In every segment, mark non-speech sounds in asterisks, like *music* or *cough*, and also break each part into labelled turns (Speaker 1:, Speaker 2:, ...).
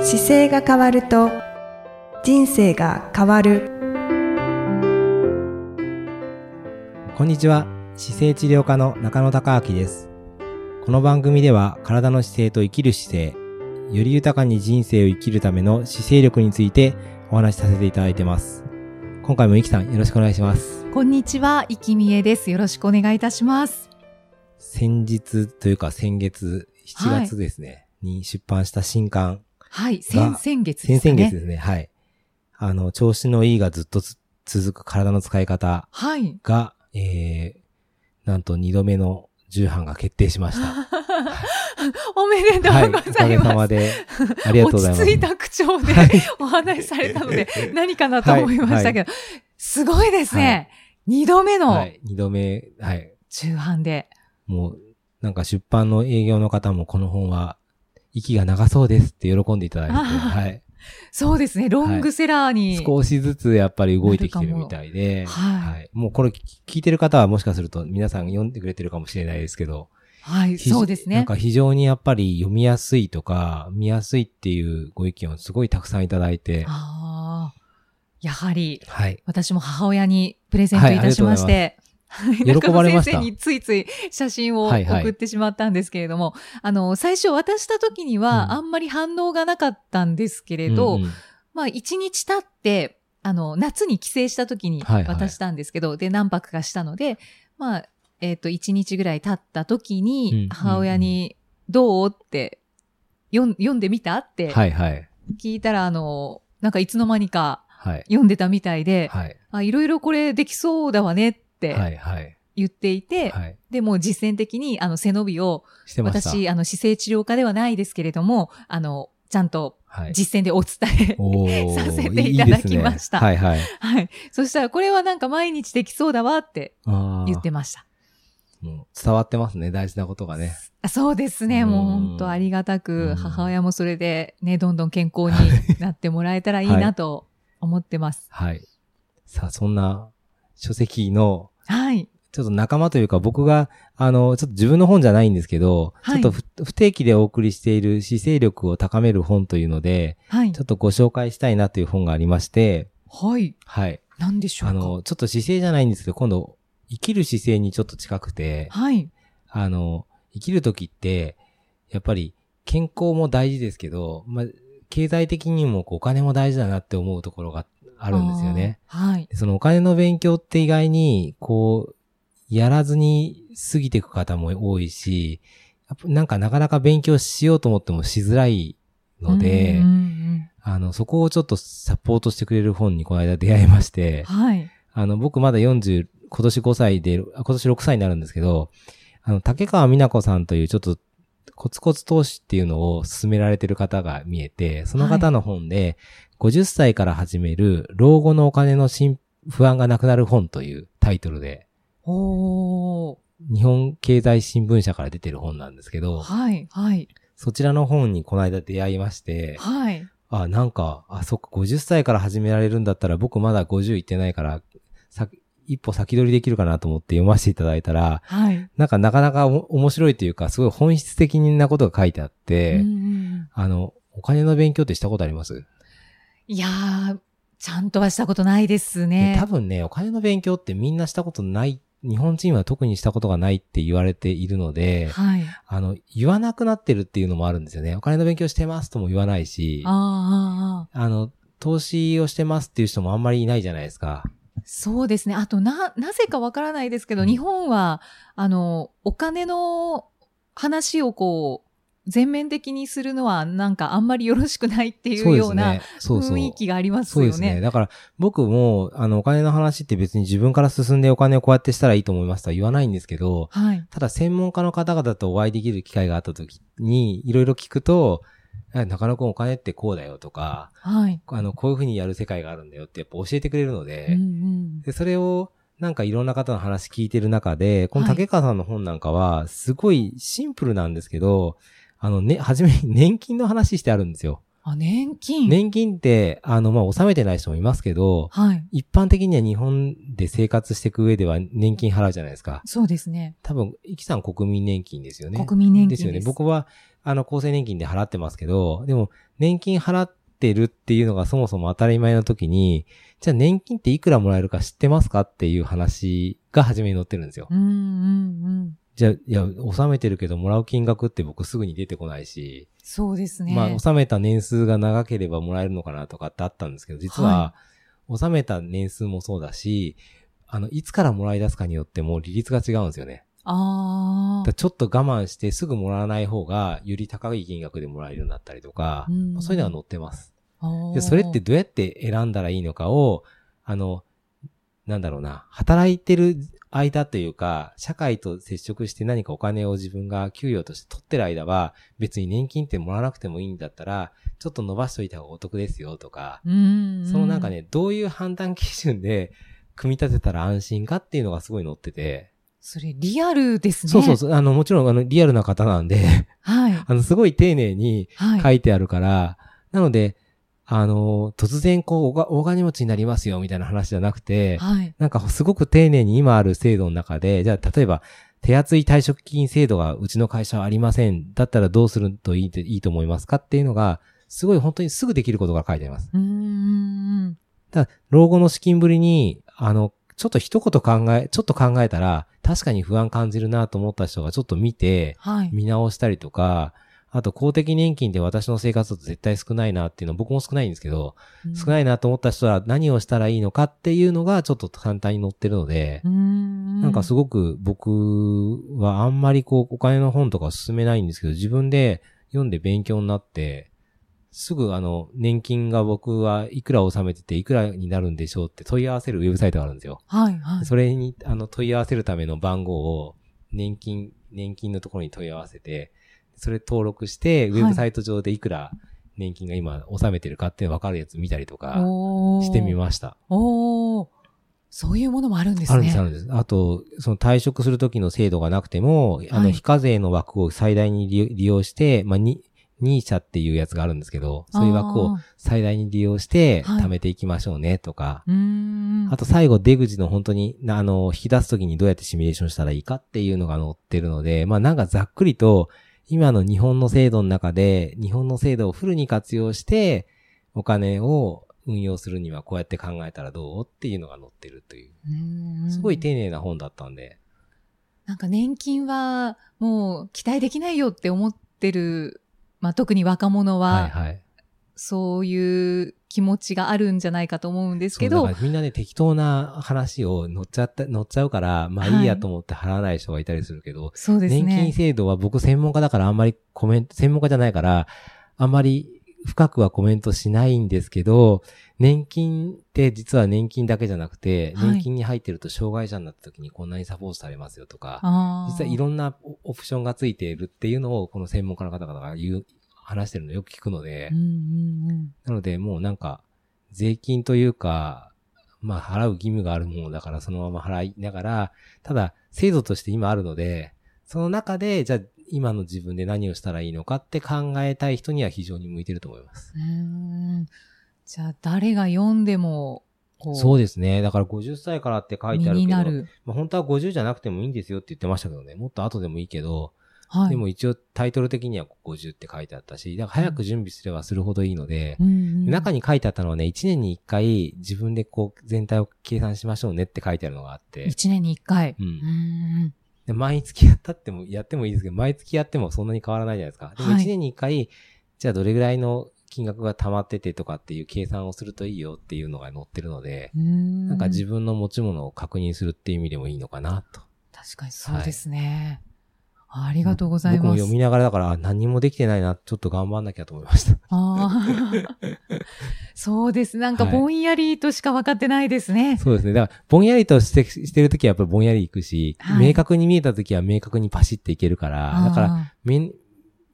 Speaker 1: 姿勢が変わると人生が変わる
Speaker 2: こんにちは。姿勢治療科の中野孝明です。この番組では体の姿勢と生きる姿勢、より豊かに人生を生きるための姿勢力についてお話しさせていただいてます。今回もイキさんよろしくお願いします。
Speaker 3: こんにちは、いきみえです。よろしくお願いいたします。
Speaker 2: 先日というか先月、7月ですね、に出版した新刊、
Speaker 3: はい、
Speaker 2: が
Speaker 3: 先々月で
Speaker 2: 先
Speaker 3: すか
Speaker 2: 々
Speaker 3: ね。
Speaker 2: 月ですね、はい。あの、調子のいいがずっとつ続く体の使い方
Speaker 3: はい。 *laughs*
Speaker 2: が、えー、なんと2度目の重版が決定しました。
Speaker 3: おめでと、
Speaker 2: はいうお
Speaker 3: ご
Speaker 2: か
Speaker 3: ざ
Speaker 2: げ
Speaker 3: い
Speaker 2: さ
Speaker 3: ま。
Speaker 2: ますで。ありがとうございます。
Speaker 3: 落ち着いた口調で
Speaker 2: はい
Speaker 3: お話しされたので、何かなと思いましたけど、すごいですね。二、度目
Speaker 2: は
Speaker 3: の
Speaker 2: い。二度目、はい。
Speaker 3: 中盤で。
Speaker 2: もう、なんか出版の営業の方もこの本は、息が長そうですって喜んでいただいて、
Speaker 3: あー
Speaker 2: はい。
Speaker 3: そうですね、ロングセラーに。
Speaker 2: 少しずつやっぱり動いてきてるみたいで、
Speaker 3: はい
Speaker 2: はい。もうこれ聞いてる方はもしかすると皆さん読んでくれてるかもしれないですけど、
Speaker 3: はい、
Speaker 2: ひじ
Speaker 3: そうです
Speaker 2: なん
Speaker 3: ね。
Speaker 2: か非常にやっぱり読みやすいとか、見やすいっていうご意見をすごいたくさんいただいて、
Speaker 3: ああ、やはり、
Speaker 2: はい。
Speaker 3: 私も母親にプレゼントいたしま *laughs* して、
Speaker 2: りがとうございます
Speaker 3: 中野先生についつい写真を
Speaker 2: はいはい
Speaker 3: 送ってしまったんですけれども、あの、最初渡した時に
Speaker 2: うん
Speaker 3: はあんまり反応がなかったんですけれど、
Speaker 2: うんうん
Speaker 3: まあ一日経って、あの、夏に帰省した時に
Speaker 2: はいはい
Speaker 3: 渡したんですけど、で、何泊かしたので、まあ、えっ、と、一日ぐらい経った時
Speaker 2: うんうんう
Speaker 3: に
Speaker 2: ん、
Speaker 3: 母親に、どうって、読ん読んでみたって
Speaker 2: はいはい。
Speaker 3: 聞いたら、あの、なんかいつの間にか
Speaker 2: はい。
Speaker 3: 読んでたみたいで、
Speaker 2: はい。
Speaker 3: あ、いろいろこれできそうだわねって
Speaker 2: はいはい。
Speaker 3: 言っていて、
Speaker 2: はい。
Speaker 3: で、もう実践的に、あの、背伸びを、
Speaker 2: してました。
Speaker 3: 私、あの、姿勢治療科ではないですけれども、あの、ちゃんと
Speaker 2: はい。
Speaker 3: 実践でお伝え。
Speaker 2: おー
Speaker 3: させていただきました
Speaker 2: いいですねはいはい。
Speaker 3: *laughs* はい。そしたら、これはなんか毎日できそうだわって
Speaker 2: あー
Speaker 3: 言ってました。
Speaker 2: もう伝わってますね、大事なことがね。
Speaker 3: あそうです
Speaker 2: う
Speaker 3: ね。
Speaker 2: ん
Speaker 3: もう本当ありがた
Speaker 2: うん
Speaker 3: く、母親もそれでね、どんどん健康に *laughs* なってもらえたらいいなと思ってます。
Speaker 2: はい。さあ、そんな書籍の、
Speaker 3: はい。
Speaker 2: ちょっと仲間というか僕が、あの、ちょっと自分の本じゃないんですけど、
Speaker 3: はい
Speaker 2: ちょっと不不定期でお送りしている姿勢力を高める本というので、
Speaker 3: はい
Speaker 2: ち。ょっとご紹介したいなという本がありまして、
Speaker 3: はい。
Speaker 2: はい。
Speaker 3: なんでしょ
Speaker 2: あ
Speaker 3: う
Speaker 2: の、ちょっと姿勢じゃないんですけど、今度、生きる姿勢にちょっと近くて、
Speaker 3: か。はい。
Speaker 2: あの、生きるときって、やっぱり健康も大事ですけど、まあ、経済的にもこうお金も大事だなって思うところがあ
Speaker 3: あ
Speaker 2: るんですよね。
Speaker 3: ー。はい。
Speaker 2: そのお金の勉強って意外に、こう、やらずに過ぎていく方も多いし、やっぱなんかなかなか勉強しようと思ってもしづらいので、
Speaker 3: うんうん
Speaker 2: あの、そこをちょっとサポートしてくれる本にこの間出会いまして、
Speaker 3: うんはい。
Speaker 2: あの、僕まだ40、今年5歳で、あ今年6歳になるんですけど、あの、竹川美奈子さんというちょっとコツコツ投資っていうのを勧められてる方が見えて、その方の本で、50歳から始める老後のお金の心不安がなくなる本というタイトルで、
Speaker 3: おー。
Speaker 2: 日本経済新聞社から出てる本なんですけど、
Speaker 3: はい、はい、
Speaker 2: そちらの本にこの間出会いまして、
Speaker 3: はい。
Speaker 2: あ、なんか、あ、そっか、50歳から始められるんだったら、僕まだ50いってないから、さ、一歩先取りできるかなと思って読ませていただいたら、
Speaker 3: はい。
Speaker 2: なんかなかなかお面白いというか、すごい本質的なことが書いてあって、
Speaker 3: うんうん
Speaker 2: あの、お金の勉強ってしたことあります、
Speaker 3: いやー、ちゃんとはしたことないです
Speaker 2: で
Speaker 3: ね。
Speaker 2: 多分ね、お金の勉強ってみんなしたことない、日本人は特にしたことがないって言われているので、
Speaker 3: はい。
Speaker 2: あの、言わなくなってるっていうのもあるんですよね。お金の勉強してますとも言わないし、あ
Speaker 3: あーあーあ
Speaker 2: の、投資をしてますっていう人もあんまりいないじゃないですか。
Speaker 3: ー、そうですね。あと、な、なぜかわからないですけ
Speaker 2: う
Speaker 3: ど、
Speaker 2: ん
Speaker 3: 日本は、あの、お金の話をこう、全面的にするのは、なんかあんまりよろしくないっていうよう
Speaker 2: そう
Speaker 3: な
Speaker 2: ですねそうそう
Speaker 3: 雰囲気があります
Speaker 2: そうで
Speaker 3: よ
Speaker 2: すね。
Speaker 3: ね。
Speaker 2: だから、僕も、あの、お金の話って別に自分から進んでお金をこうやってしたらいいと思いますとは言わないんですけど、
Speaker 3: はい。
Speaker 2: ただ専門家の方々とお会いできる機会があった時に、いろいろ聞くと、あ中野くんお金ってこうだよとか、
Speaker 3: はい。
Speaker 2: あの、こういうふうにやる世界があるんだよってやっぱ教えてくれるので、
Speaker 3: うんうん
Speaker 2: で、それを、なんかいろんな方の話聞いてる中で、この竹川さんの本なんかは、すごいシンプルなんですけど、あのね、はじめに年金の話してあるんですよ。
Speaker 3: あ、年金。
Speaker 2: 年金って、あの、まあ、納めてない人もいますけど、
Speaker 3: はい。
Speaker 2: 一般的には日本で生活していく上では年金払うじゃないですか。
Speaker 3: そうですね。
Speaker 2: 多分、イキさん国民年金ですよね。
Speaker 3: 国民年金
Speaker 2: で
Speaker 3: ですす
Speaker 2: よね。僕は、あの、厚生年金で払ってますけど、でも、年金払ってるっていうのがそもそも当たり前の時に、じゃあ年金っていくらもらえるか知ってますかっていう話が初めに載ってるんですよ。
Speaker 3: うんうんうん。
Speaker 2: じゃあ、いや、納めてるけどもらう金額って僕すぐに出てこないし、
Speaker 3: そうですね。
Speaker 2: まあ、納めた年数が長ければもらえるのかなとかってあったんですけど、実は
Speaker 3: は、
Speaker 2: 納めた年数もそうだし、あの、いつからもらい出すかによってもう利率が違うんですよね。だ
Speaker 3: あ
Speaker 2: からちょっと我慢してすぐもらわない方が、より高い金額でもらえるようになったりとか、
Speaker 3: うん
Speaker 2: そういうのが載ってます。
Speaker 3: あ。
Speaker 2: で、それって、どうやって選んだらいいのかを、あの、なんだろうな、働いてる間というか、社会と接触して何かお金を自分が給与として取ってる間は、別に年金ってもらわなくてもいいんだったら、ちょっと伸ばしといた方がお得ですよとか、
Speaker 3: うん、うん。
Speaker 2: そのなんか。ね、どういう判断基準で *laughs* 組み立てたら安心かっていうのがすごい載ってて、
Speaker 3: それリアルですね。
Speaker 2: そうそう
Speaker 3: う。
Speaker 2: そう、あの、もちろんあの、リアルな方なんで、 *laughs*
Speaker 3: はい。
Speaker 2: あの、すごい丁寧に
Speaker 3: はい。
Speaker 2: 書いてあるから、なので、あの、突然こう、おが大金持ちになりますよ、みたいな話じゃなくて、
Speaker 3: はい。
Speaker 2: なんかすごく丁寧に今ある制度の中で、じゃあ例えば、手厚い退職金制度がうちの会社はありません。だったらどうするといいといいと思いますかっていうのが、すごい本当にすぐできることが書いてあります。
Speaker 3: うんうんうん。
Speaker 2: ただ、老後の資金ぶりに、あの、ちょっと一言考え、ちょっと考えたら、確かに不安感じるなと思った人がちょっと見て、
Speaker 3: はい。
Speaker 2: 見直したりとか、あと公的年金で私の生活だと絶対少ないなっていうの僕も少ないんですけど、
Speaker 3: うん
Speaker 2: 少ないなと思った人は何をしたらいいのかっていうのがちょっと簡単に載ってるので、
Speaker 3: うん。
Speaker 2: なんかす
Speaker 3: ご
Speaker 2: ごく僕はあんまりこうお金の本とか進めないんですけど、自分で読んで勉強になって、すぐあの年金が僕はいくら納めてていくらになるんでしょうって問い合わせるウェブサイトがあるんですよ。
Speaker 3: はい、はい。
Speaker 2: それに、あの、問い合わせるための番号を、年金、年金のところに問い合わせて、それ登録して、ウ
Speaker 3: はい
Speaker 2: ェブサイト上でいくら年金が今納めてるかっていうの分かるやつ見たりとか
Speaker 3: おー
Speaker 2: してみました。
Speaker 3: おお。そういうものもあるんですね。
Speaker 2: あるんです、あるんです。あと、その退職する時の制度がなくても、あの、
Speaker 3: はい
Speaker 2: 非課税の枠を最大に利用利用して、まあ、に、ニーシャっていうやつがあるんですけど、そういう枠を
Speaker 3: あー。
Speaker 2: 最大に利用して、
Speaker 3: はい
Speaker 2: 貯めていきましょうね、とか、
Speaker 3: うーん。
Speaker 2: あと最後出口の本当に、なあの、引き出すときにどうやってシミュレーションしたらいいかっていうのが載ってるので、まあなんかざっくりと、今の日本の制度の中で、日本の制度をフルに活用して、お金を運用するにはこうやって考えたらどうっていうのが載ってるという。
Speaker 3: うーん
Speaker 2: すごい丁寧な本だったんで。
Speaker 3: なんか年金はもう期待できないよって思ってる、まあ、特に若者
Speaker 2: はい
Speaker 3: は
Speaker 2: はい。
Speaker 3: そういう気持ちがあるんじゃないかと思うんですけ
Speaker 2: そう
Speaker 3: ど、
Speaker 2: だからみんなね、適当な話を乗っちゃった、乗っちゃうから、まあいいやと思って払わない人がいたりするけど、
Speaker 3: そうです
Speaker 2: 年金
Speaker 3: ね。
Speaker 2: 制度は僕専門家だからあんまりコメント、専門家じゃないから、あんまり深くはコメントしないんですけど、年金って実は年金だけじゃなくて、
Speaker 3: はい
Speaker 2: 年金に入ってると障害者になった時にこんなにサポートされますよとか、
Speaker 3: あ
Speaker 2: 実はい
Speaker 3: ん
Speaker 2: ろんなオオプションがついているっていうのをこの専門家の方々が言う、話してるのよく聞くので、
Speaker 3: うんうんうん
Speaker 2: なのでもうなんか、税金というか、まあ払う義務があるものだからそのまま払いながら、ただ制度として今あるので、その中で、じゃあ今の自分で何をしたらいいのかって考えたい人には非常に向いてると思います。
Speaker 3: うーんじゃあ誰が読んでも、こう、
Speaker 2: そうですね。だから50歳からって書いて
Speaker 3: 身
Speaker 2: あるけ
Speaker 3: に
Speaker 2: ど、
Speaker 3: なる。
Speaker 2: まあ、本当は50じゃなくてもいいんですよって言ってましたけどね。もっと後でもいいけど、
Speaker 3: はい。
Speaker 2: でも一応タイトル的には50って書いてあったし、だから早く準備すればするほどいいので、
Speaker 3: うんうん、
Speaker 2: 中
Speaker 3: に
Speaker 2: に書いてあったのはね、1年に1回自分でこう全体を計算しましょうねって書いてあるのがあって、
Speaker 3: 1年に1回。
Speaker 2: う
Speaker 3: うんーん
Speaker 2: で毎月やったっても、やってもいいですけど、毎月やってもそんなに変わらないじゃないですか。でも
Speaker 3: はい
Speaker 2: 1年に1回、じゃあどれぐらいの金額が溜まっててとかっていう計算をするといいよっていうのが載ってるので、
Speaker 3: うーん
Speaker 2: なんか自分の持ち物を確認するっていう意味でもいいのかなと。
Speaker 3: 確かにそうですね。ありがとうござい
Speaker 2: 僕も
Speaker 3: ます。
Speaker 2: 読みながらだからあ何もできてないな、ちょっと頑張んなきゃと思いました。
Speaker 3: ああ。そうです。なんか
Speaker 2: はい
Speaker 3: ぼんやりとしか分かってないです *laughs* ね。
Speaker 2: そうですね。だから、ぼんやりとして、してるときはやっぱりぼんやりいくし、
Speaker 3: はい
Speaker 2: 明確に見えたときは明確にパシっていけるから、だから、
Speaker 3: ら、
Speaker 2: み、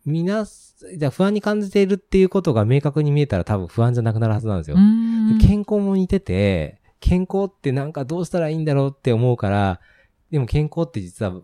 Speaker 2: みな、じゃあ不安に感じているっていうことが明確に見えたら多分不安じゃなくなるはずなんですよ。
Speaker 3: うーん
Speaker 2: 健康も似てて、健康ってなんかどうしたらいいんだろうって思うから、でも健康って実は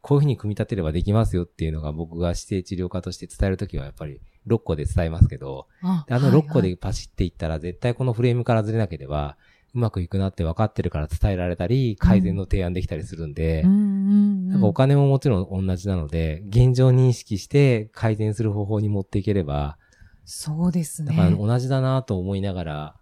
Speaker 2: こういうふうに組み立てればできますよっていうのが僕が指定治療科として伝えるときはやっぱり6個で伝えますけど、
Speaker 3: あ
Speaker 2: あの6個
Speaker 3: はい
Speaker 2: でパシっていったら絶対このフレームからずれなければ、うまくいくなって分かってるから伝えられたり、改善の提案できたりするんで、
Speaker 3: はいうんうんう
Speaker 2: なん
Speaker 3: ん
Speaker 2: かお金ももちろん同じなので、現状認識して改善する方法に持っていければ、
Speaker 3: そうです
Speaker 2: だから
Speaker 3: ね。
Speaker 2: 同じだなと思いながら、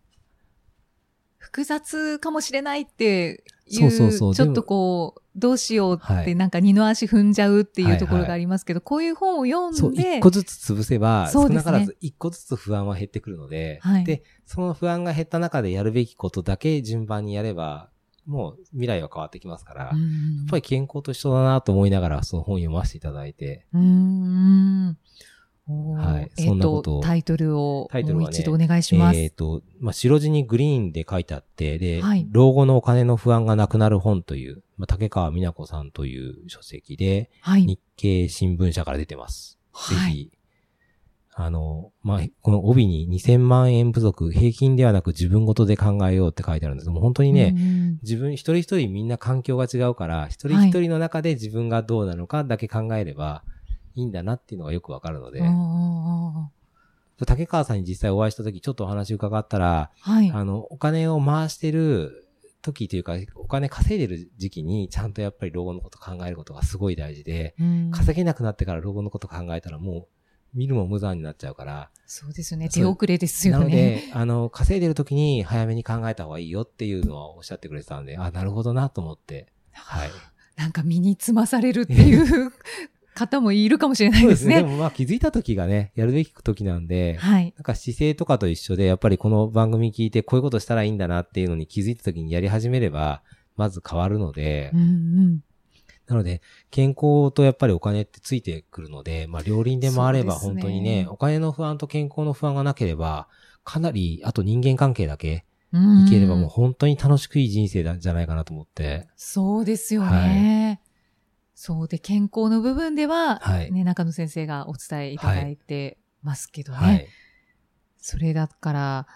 Speaker 3: 複雑かもしれないってい
Speaker 2: そ
Speaker 3: う、
Speaker 2: うそうそう
Speaker 3: ちょっ
Speaker 2: でも
Speaker 3: とこう、どうしようっ
Speaker 2: は
Speaker 3: て
Speaker 2: い
Speaker 3: なんか二の足踏んじゃうって
Speaker 2: はいは
Speaker 3: いう
Speaker 2: い
Speaker 3: ところがありますけど、こういう本を読んで、
Speaker 2: そう、一個ずつ潰せば、
Speaker 3: そう
Speaker 2: 少
Speaker 3: ですね
Speaker 2: なからず一個ずつ不安は減ってくるので、
Speaker 3: はい
Speaker 2: で、その不安が減った中でやるべきことだけ順番にやれば、もう未来は変わってきますから、
Speaker 3: うん
Speaker 2: やっぱり健康と一緒だなと思いながら、その本読ませていただいて、
Speaker 3: うんうんおー
Speaker 2: はい
Speaker 3: えっ、、
Speaker 2: そんなこととを
Speaker 3: タイトルを
Speaker 2: タイトル
Speaker 3: も
Speaker 2: は
Speaker 3: う
Speaker 2: ね
Speaker 3: 一度お願いします。
Speaker 2: えっ、と、まあ、白地にグリーンで書いてあって、で、
Speaker 3: はい
Speaker 2: 老後のお金の不安がなくなる本という、まあ、竹川美奈子さんという書籍で、
Speaker 3: はい。
Speaker 2: 日経新聞社から出てます。ぜひ、
Speaker 3: はい。
Speaker 2: あの、まあ、この帯に2000万円不足、平均ではなく自分ごとで考えようって書いてあるんですけども、本当にね、
Speaker 3: うんうん
Speaker 2: 自分一人一人みんな環境が違うから、一人
Speaker 3: はい
Speaker 2: 一人の中で自分がどうなのかだけ考えればいいんだなっていうのがよくわかるので
Speaker 3: おー、おーおー
Speaker 2: 竹川さんに実際お会いした時ちょっとお話伺ったら、
Speaker 3: はい。
Speaker 2: あの、お金を回してる時というか、お金稼いでる時期にちゃんとやっぱり老後のこと考えることがすごい大事で、
Speaker 3: うん
Speaker 2: 稼げなくなってから老後のこと考えたらもう見るも無残になっちゃうから、
Speaker 3: そうですよね。
Speaker 2: そう
Speaker 3: 手遅れですよ
Speaker 2: なの
Speaker 3: ね。
Speaker 2: で、あの、稼いでる時に早めに考えた方がいいよっていうのはおっしゃってくれてたんで、あ、なるほどなと思って。はい。
Speaker 3: なんか身につまされるっていう方もいるかもしれないです
Speaker 2: で
Speaker 3: ね。
Speaker 2: もまあ気づいた時がね、やるべき時なんで、
Speaker 3: はい。
Speaker 2: なんか姿勢とかと一緒で、やっぱりこの番組聞いてこういうことしたらいいんだなっていうのに気づいた時にやり始めれば、まず変わるので、
Speaker 3: うんうん。
Speaker 2: なので、健康とやっぱりお金ってついてくるので、まあ両輪でもあれば
Speaker 3: そうで
Speaker 2: 本
Speaker 3: すね
Speaker 2: 当にね、お金の不安と健康の不安がなければ、かなり、あと人間関係だけ、
Speaker 3: うん
Speaker 2: いければもう本当に楽しくいい人生なんじゃないかなと思って。
Speaker 3: そうですよね。そうで、健康の部分では、
Speaker 2: はい
Speaker 3: ね、中野先生がお伝えいただいてますけどね。
Speaker 2: はい。
Speaker 3: それだから、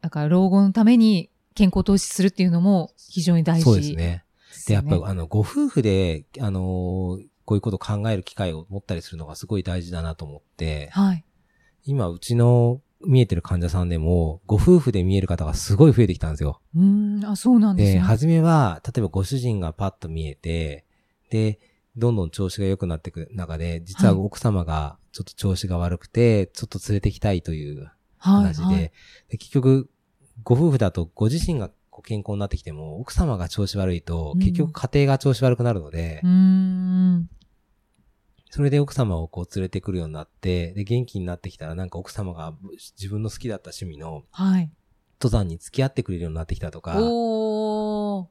Speaker 3: だから老後のために健康投資するっていうのも非常に大事
Speaker 2: そうですね。
Speaker 3: です
Speaker 2: で、や
Speaker 3: よ
Speaker 2: っぱりあの、ご夫婦で、あのーこういうことを考える機会を持ったりするのがすごい大事だなと思って、
Speaker 3: はい。
Speaker 2: 今、うちの見えてる患者さんでも、ご夫婦で見える方がすごい増えてきたんですよ。
Speaker 3: うーん、あ、そうなんです
Speaker 2: で、
Speaker 3: ね。
Speaker 2: 初めは、例えばご主人がパッと見えて、で、どんどん調子が良くなっていく中で、実は
Speaker 3: はい
Speaker 2: 奥様がちょっと調子が悪くて、ちょっと連れてきたいという
Speaker 3: はい
Speaker 2: 話で、で結局、ご夫婦だとご自身がこう健康になってきても、奥様が調子悪いと
Speaker 3: う、ん
Speaker 2: 結局家庭が調子悪くなるので、
Speaker 3: うーん。
Speaker 2: それで奥様をこう連れてくるようになって、で、元気になってきたら、なんか奥様が自分の好きだった趣味の
Speaker 3: はい。
Speaker 2: 登山に付き合ってくれるようになってきたとか、
Speaker 3: おー。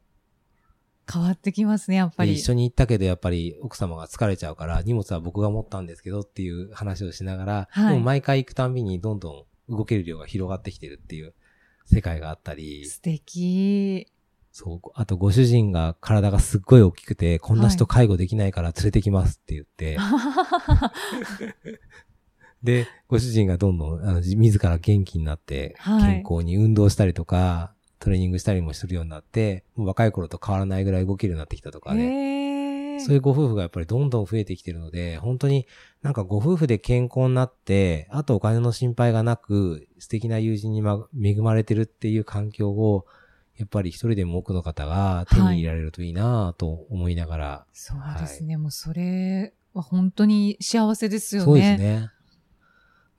Speaker 3: 変わってきますね、やっぱ
Speaker 2: で
Speaker 3: り。
Speaker 2: 一緒に行ったけど、やっぱり奥様が疲れちゃうから、荷物は僕が持ったんですけどっていう話をしながら、
Speaker 3: はい
Speaker 2: でも毎回行くたんびにどんどん動ける量が広がってきてるっていう世界があったり、
Speaker 3: 素敵。
Speaker 2: そう。あと、ご主人が体がすっごい大きくて、こんな人介護できないから連れてきますって言って、で、ご主人がどんどん、あの、じ自ら元気になって、
Speaker 3: は
Speaker 2: 健
Speaker 3: い
Speaker 2: 康に運動したりとか、トレーニングしたりもするようになって、もう若い頃と変わらないぐらい動けるようになってきたとかね。
Speaker 3: へえ。
Speaker 2: そういうご夫婦がやっぱりどんどん増えてきてるので、本当になんかご夫婦で健康になって、あとお金の心配がなく、素敵な友人に、ま、恵まれてるっていう環境を、やっぱり一人でも多くの方が手に入れられるといいなぁと思いながら、
Speaker 3: そうですね。もうそれは本当に幸せですよね。
Speaker 2: そうですね。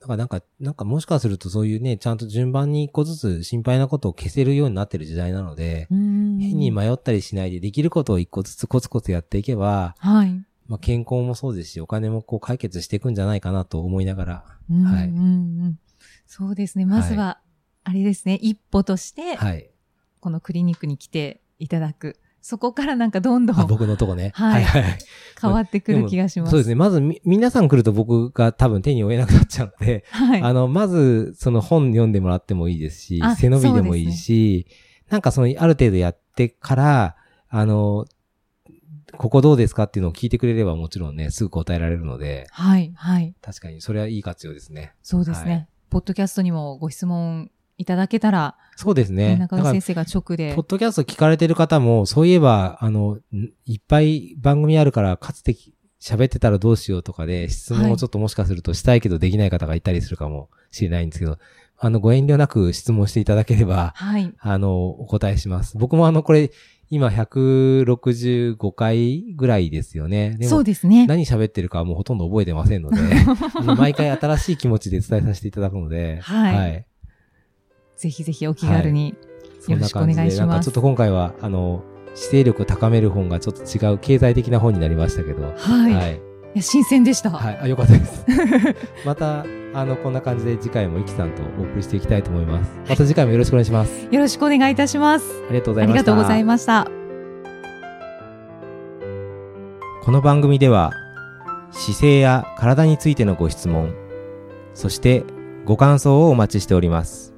Speaker 2: だからなんか、なんかもしかするとそういうね、ちゃんと順番に一個ずつ心配なことを消せるようになってる時代なので、
Speaker 3: うーん。
Speaker 2: 変に迷ったりしないでできることを一個ずつコツコツやっていけば、
Speaker 3: はい。う
Speaker 2: まあ、健康もそうですし、お金もこう解決していくんじゃないかなと思いながら、
Speaker 3: んうん
Speaker 2: はい
Speaker 3: うん。そうですね。まずは、あれですね。一歩として、
Speaker 2: はい。
Speaker 3: このクリニックに来ていただく。そこからなんかどんど
Speaker 2: あ
Speaker 3: ん
Speaker 2: 僕のとこね。
Speaker 3: はい
Speaker 2: はいはい。
Speaker 3: 変わってくる気がします。
Speaker 2: そうですね。まずみ、皆さん来ると僕が多分手に負えなくなっちゃうので、
Speaker 3: は
Speaker 2: *laughs*
Speaker 3: い。
Speaker 2: あの、まず、その本読んでもらってもいいですし
Speaker 3: あ、
Speaker 2: 背伸びでもいいし、なんかその、ある程度やってから、あの、ここどうですかっていうのを聞いてくれればもちろんね、すぐ答えられるので、
Speaker 3: はい、はい。
Speaker 2: 確かにそれはいい活用ですね。
Speaker 3: そうですね。
Speaker 2: はい
Speaker 3: ポッドキャストにもご質問いただけたら、
Speaker 2: そうですね。
Speaker 3: 中
Speaker 2: だ
Speaker 3: 野
Speaker 2: から
Speaker 3: 先生が直で
Speaker 2: ポッ。ドキャスト聞かれてる方も、そういえば、あの、んいっぱい番組あるから、かつてき喋ってたらどうしようとかで、質問
Speaker 3: は
Speaker 2: を
Speaker 3: い
Speaker 2: ちょっともしかするとしたいけどできない方がいたりするかもしれないんですけど、あの、ご遠慮なく *laughs* 質問していただければ、
Speaker 3: はい。
Speaker 2: あの、お答えします。僕もあの、これ、今165回ぐらいですよね。でも
Speaker 3: そうですね。
Speaker 2: 何喋ってるかはもうほとんど覚えてませ
Speaker 3: *laughs*
Speaker 2: んので、あの毎回新しい気持ちで伝えさせていただくので、
Speaker 3: はいぜひぜひお気軽に。
Speaker 2: そんな感じで、
Speaker 3: よろしく
Speaker 2: な
Speaker 3: お願いします
Speaker 2: んかちょっと今回は、あの、姿勢力を高める本がちょっと違う経済的な本になりましたけど、
Speaker 3: はい。い、
Speaker 2: い。
Speaker 3: や、新鮮でした。
Speaker 2: はい。あ、よかったです。 *laughs* また、あの、こんな感じで次回もイキさんとお送りしていきたいと思います。また次回もよろしくお願いします。
Speaker 3: よろしくお願いいたします。
Speaker 2: ありがとうござ
Speaker 3: あ
Speaker 2: い
Speaker 3: り
Speaker 2: ました。
Speaker 3: がとうございました。
Speaker 2: この番組では姿勢や体についてのご質問そしてご感想をお待ちしております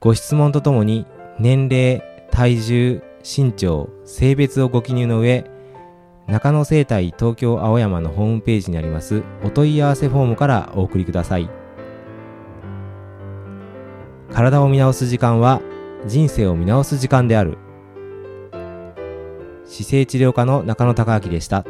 Speaker 2: ご質問とともに年齢体重身長性別をご記入の上中野生態東京青山のホームページにありますお問い合わせフォームからお送りください体を見直す時間は人生を見直す時間である姿勢治療科の中野孝明でした。